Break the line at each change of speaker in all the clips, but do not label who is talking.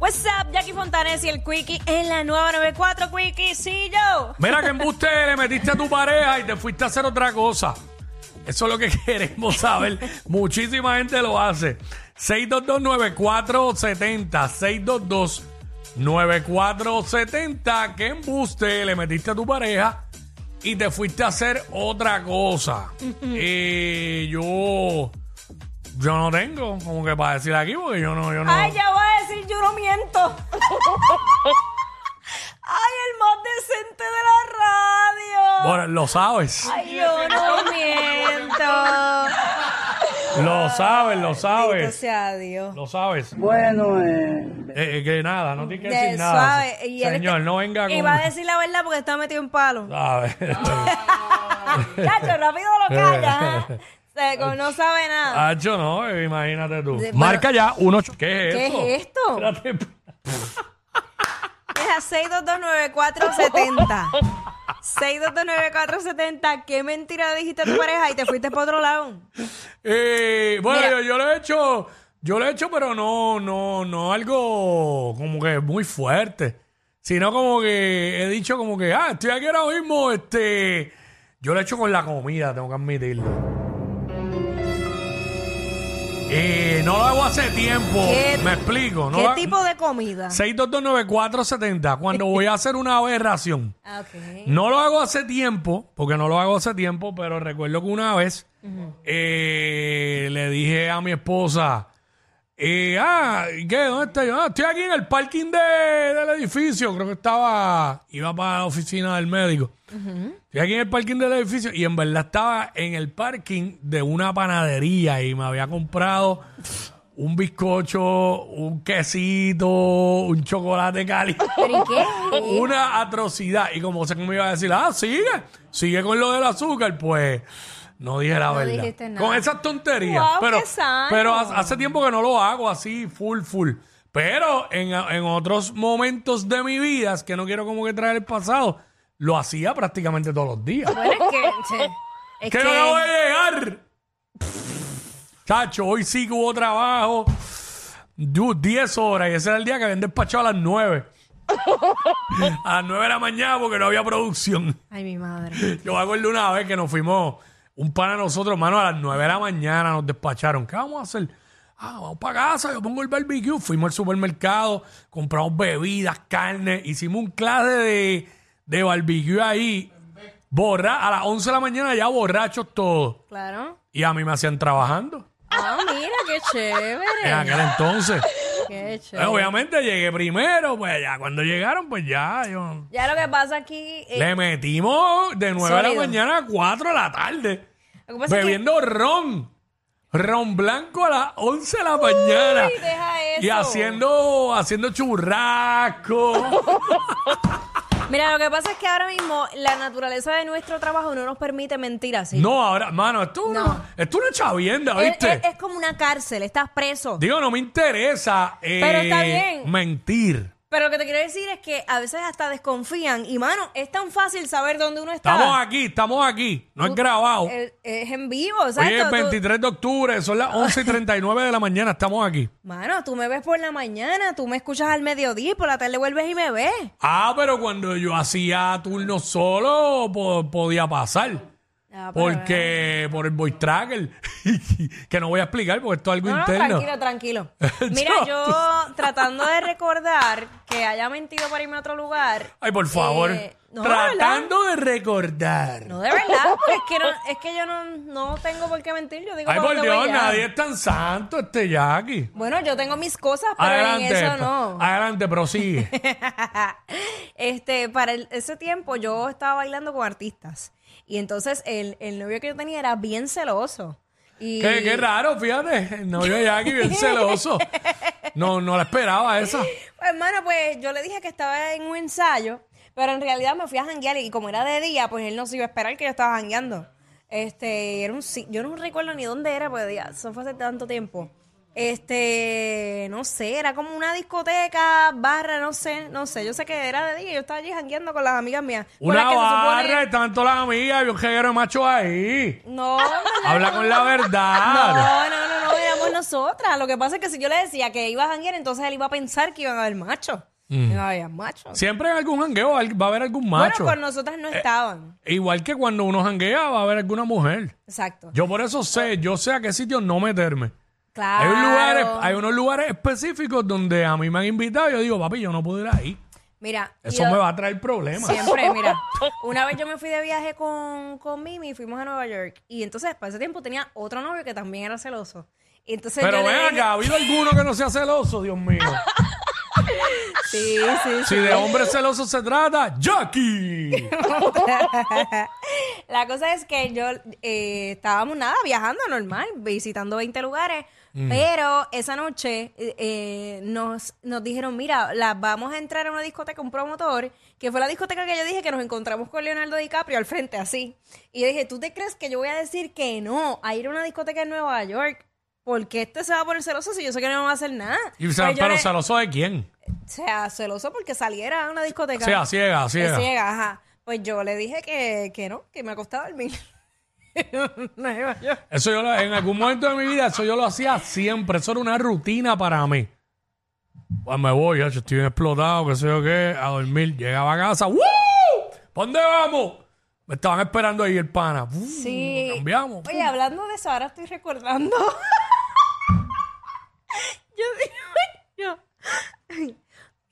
What's up, Jackie Fontanes y el Quickie en la nueva 94 Quickie, sí yo.
Mira que embuste le metiste a tu pareja y te fuiste a hacer otra cosa. Eso es lo que queremos saber. Muchísima gente lo hace. 6229470. 622-9470. Que embuste le metiste a tu pareja y te fuiste a hacer otra cosa. Eh, yo. Yo no tengo como que para decir aquí porque yo no. Yo no
Ay, ya voy a decir, yo no miento. Ay, el más decente de la radio.
Bueno, lo sabes.
Ay, yo no miento.
Lo sabes, lo
Bendito
sabes.
sea Dios.
Lo sabes.
Bueno, eh,
Eh, eh, que nada, no tiene que
De
decir nada.
suave. Y él
Señor,
está-
no venga con.
Y va a decir la verdad porque está metido en palo. Ah,
A ver.
Chacho, rápido lo calla. ¿eh? Se con- no sabe nada.
Ah, yo no, eh, imagínate tú.
De-
Marca ya, uno. ocho- ¿Qué es
¿Qué
esto?
es esto?
Espérate, espérate.
Es a 6229470. 6229470. ¿Qué mentira dijiste a tu pareja y te fuiste para otro lado?
Eh, bueno,
Mira.
yo, yo lo he hecho, yo lo he hecho, pero no, no, no algo como que muy fuerte, sino como que he dicho como que, ah, estoy aquí ahora mismo, este, yo lo he hecho con la comida, tengo que admitirlo. Eh, no lo hago hace tiempo,
¿Qué-
me explico. No
¿Qué
lo-
tipo de comida?
6229470, cuando voy a hacer una aberración.
Ah, ok.
No lo hago hace tiempo, porque no lo hago hace tiempo, pero recuerdo que una vez eh, le dije a mi esposa, eh, ah, ¿y ¿qué? ¿Dónde estoy? Ah, estoy aquí en el parking de- del edificio, creo que estaba, iba para la oficina del médico. Estoy aquí en el parking del edificio y en verdad estaba en el parking de una panadería y me había comprado un bizcocho, un quesito, un chocolate caliente.
¿Pero y qué?
Una atrocidad. Y como sé que me iba a decir, ah, sigue, sigue con lo del azúcar, pues no dije la verdad.
dijiste nada.
Con esas tonterías.
Guau,
pero
qué sano.
pero ha- hace tiempo que no lo hago así, full, full. Pero en, en otros momentos de mi vida, es que no quiero como que traer el pasado, lo hacía prácticamente todos los días.
Bueno, es que. che, es
¡Que
que-
no la voy a llegar! Chacho, hoy sí que hubo trabajo. Du- 10 horas y ese era el día que habían despachado a las 9. a las 9 de la mañana porque no había producción.
Ay, mi madre.
Yo me acuerdo una vez que nos fuimos un pan a nosotros, hermano, a las 9 de la mañana nos despacharon. ¿Qué vamos a hacer? Ah, vamos para casa, yo pongo el barbecue. Fuimos al supermercado, compramos bebidas, carne, hicimos un clase de, de barbecue ahí. Borra, a las 11 de la mañana ya borrachos todos.
Claro.
Y a mí me hacían trabajando
Ah, mira, qué
en
chévere.
aquel entonces.
Qué chévere.
Eh, obviamente llegué primero, pues ya cuando llegaron, pues ya yo...
Ya lo que pasa aquí. eh,
Le metimos de 9 de la
Sólido.
mañana a 4 de la tarde.
Lo que pasa Pues es que-
bebiendo ron. Ron blanco a las 11 de la mañana.
deja eso.
Y haciendo, haciendo churrasco.
Mira, lo que pasa es que ahora mismo la naturaleza de nuestro trabajo no nos permite mentir así.
no, ahora, mano, esto es
No. Eh,
una, esto es una chavienda,
Es,
¿viste?
es- es como una cárcel, estás preso.
Digo, no me interesa eh,
Pero está bien.
mentir.
Pero lo que te quiero decir es que a veces hasta desconfían. Y mano, es tan fácil saber dónde uno está.
Estamos aquí, estamos aquí. No es grabado.
Es, es en vivo,
Hoy
exacto.
es
Tú-
23 de octubre, son las 11 y 39 de la mañana, estamos aquí.
mano, tú me ves por la mañana, tú me escuchas al mediodía y por la tarde vuelves y me ves.
Ah, pero cuando yo hacía turno solo, po- podía pasar.
Ah, pero-
Porque por el voice tracker, que no voy a explicar porque esto es algo
No, no,
interno.
tranquilo, tranquilo. Mira, yo tratando de recordar que haya mentido para irme a otro lugar.
Ay, por favor.
eh, no, de verdad.
Tratando de recordar.
No, de verdad, porque es que, no, es que yo no, no tengo por qué mentir. Yo digo,
Ay, por
cuando voy
Dios,
ya.
nadie es tan santo este Jackie.
Bueno, yo tengo mis cosas, pero
Adelante,
en eso
pro-
no.
adelante, prosigue.
Este, para el- ese tiempo yo estaba bailando con artistas. Y entonces el, el novio que yo tenía era bien celoso. Y-
Qué, qué raro, fíjate. El novio de Jackie bien celoso. No, no la esperaba esa.
Pues, hermano, pues yo le dije que estaba en un ensayo, pero en realidad me fui a janguear y como era de día, pues él no se iba a esperar que yo estaba jangueando. Este, era un si- yo no recuerdo ni dónde era, pues ya, eso fue hace tanto tiempo. Este, no sé, era como una discoteca, barra, no sé, no sé. Yo sé que era de día y yo estaba allí jangueando con las amigas mías. con
Una
las que se
barra,
supone-
estaban todas las amigas, había un jeguero de macho ahí.
No, no,
Habla con la verdad.
No, no, no, no, éramos nosotras. Lo que pasa es que si yo le decía que iba a janguear, entonces él iba a pensar que iban a haber machos.
Mm.
No había machos.
Siempre en algún jangueo al- va a haber algún macho.
Bueno, con nosotras
Eh,
no estaban.
Igual que cuando uno janguea va a haber alguna mujer.
Exacto.
Yo por eso sé, yo sé a qué sitio no meterme.
claro.
Hay, un lugar- hay unos lugares específicos donde a mí me han invitado y yo digo, papi, yo no puedo ir ahí.
Mira,
Eso
yo
me va a traer problemas.
siempre, mira. Una vez yo me fui de viaje con, con Mimi, fuimos a Nueva York. Y entonces, para ese tiempo tenía otro novio que también era celoso. Y entonces
Pero
yo le
ven
dije-
acá, ¿ha habido alguno que no sea celoso? Dios mío.
Sí, sí,
Si de hombre celoso se trata, Jackie.
La cosa es que yo eh, estábamos nada viajando normal, visitando 20 lugares, pero esa noche eh, eh, nos, nos dijeron, mira, la- vamos a entrar a una discoteca, un promotor, que fue la discoteca que yo dije que nos encontramos con Leonardo DiCaprio al frente, así. Y yo dije, ¿tú te crees que yo voy a decir que no a ir a una discoteca en Nueva York? Porque este se va a poner celoso si yo sé que no va a hacer nada.
Y, o sea,
Pues yo
pero
le-
celoso de quién?
o sea, celoso porque saliera a una discoteca.
Sea ciega,
Que
ciega.
ciega, ajá. Pues yo le dije que, que no, que me acostaba a dormir. no iba yo.
Eso yo lo- en algún momento de mi vida, eso yo lo hacía siempre. Eso era una rutina para mí. Pues me voy, ya, yo estoy bien explotado, qué sé yo qué, a dormir. Llegaba a casa, ¡Woo! ¿Pa' ¿Dónde vamos? Me estaban esperando ahí el pana. ¡Uh!
Sí.
Cambiamos.
Oye, hablando de eso, ahora estoy recordando. yo digo, yo.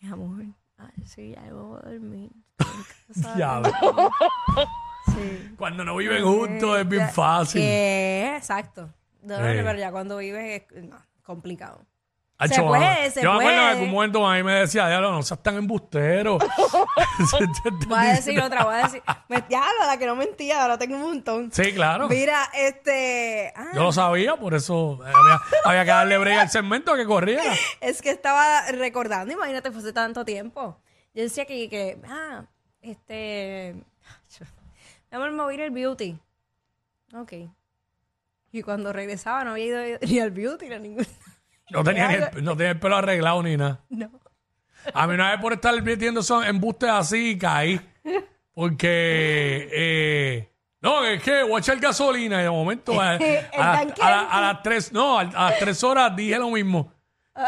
Mi amor, ay, sí, ya yo voy a dormir. Estoy cansada.
Diablo.
Sí.
Cuando no viven juntos es bien fácil.
eh, ¿Qué? Exacto. No, no,
Eh.
Pero ya cuando vives es no, complicado.
Hacho,
Se puede,
mamá.
se
yo me acuerdo
puede.
en algún momento a mí me decía, diablo, no seas tan embustero.
Voy a decir otra, voy a decir. Me, ya, la que no mentía, ahora tengo un montón.
sí, claro.
Mira, este. ah,
Yo lo sabía, por eso había, había que darle break al segmento que corriera.
es que estaba recordando, imagínate, fue hace tanto tiempo. Yo decía que, que ah, este. Mi amor, me voy a ir al beauty. Ok. Y cuando regresaba no había ido ni al beauty ni a ningún.
No tenía, ni el, no tenía el pelo arreglado ni nada.
No.
A mí una vez por estar metiendo esos embustes así caí. Porque, eh, no, es que voy a echar gasolina y de momento a, a- a-
tanque.
a la- a las tres, no, a, a las tres horas dije lo mismo.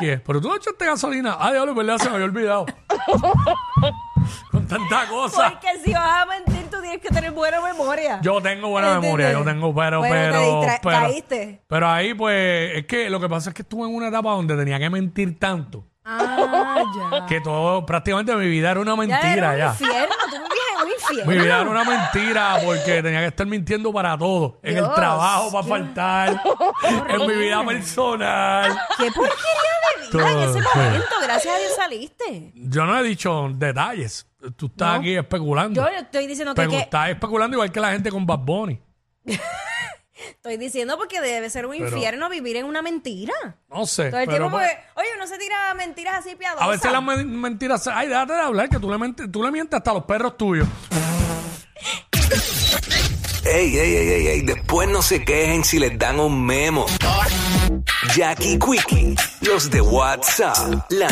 ¿Qué? Pero tú no echaste gasolina. Ah, diablo, es verdad, se me había olvidado. Con tanta cosa.
Porque si vas a mentir, tú tienes que tener buena memoria.
Yo tengo buena
¿Entiendes?
memoria, yo tengo, pero,
Bueno, te
pero,
distra-
pero.
caíste.
Pero ahí, pues, es que lo que pasa es que estuve en una etapa donde tenía que mentir tanto.
Ah, ya.
Que todo, prácticamente mi vida era una
Ya era
mentira
un
ya.
infierno, tú vivías en un infierno.
Mi vida era una mentira porque tenía que estar mintiendo para todo. En el
Dios,
trabajo para faltar, en mi vida personal.
¡Qué porquería de vida en ese
Todo, sí.
momento! Gracias a Dios saliste.
Yo no he dicho detalles. Tú estás aquí especulando.
Yo estoy diciendo que,
Pero
que-
estás especulando igual que la gente con Bad Bunny.
estoy diciendo porque debe ser un infierno vivir en una mentira.
No sé.
Todo el
pero
tiempo
pues,
porque, oye, uno se tira mentiras así piadosas.
a veces las men- mentiras... se- Ay, déjate de hablar que tú le, mente- tú le mientes hasta a los perros tuyos.
Ey, ey, ey, ey, ey, después no se quejen si les dan un memo. Jackie Quickie, los de WhatsApp, la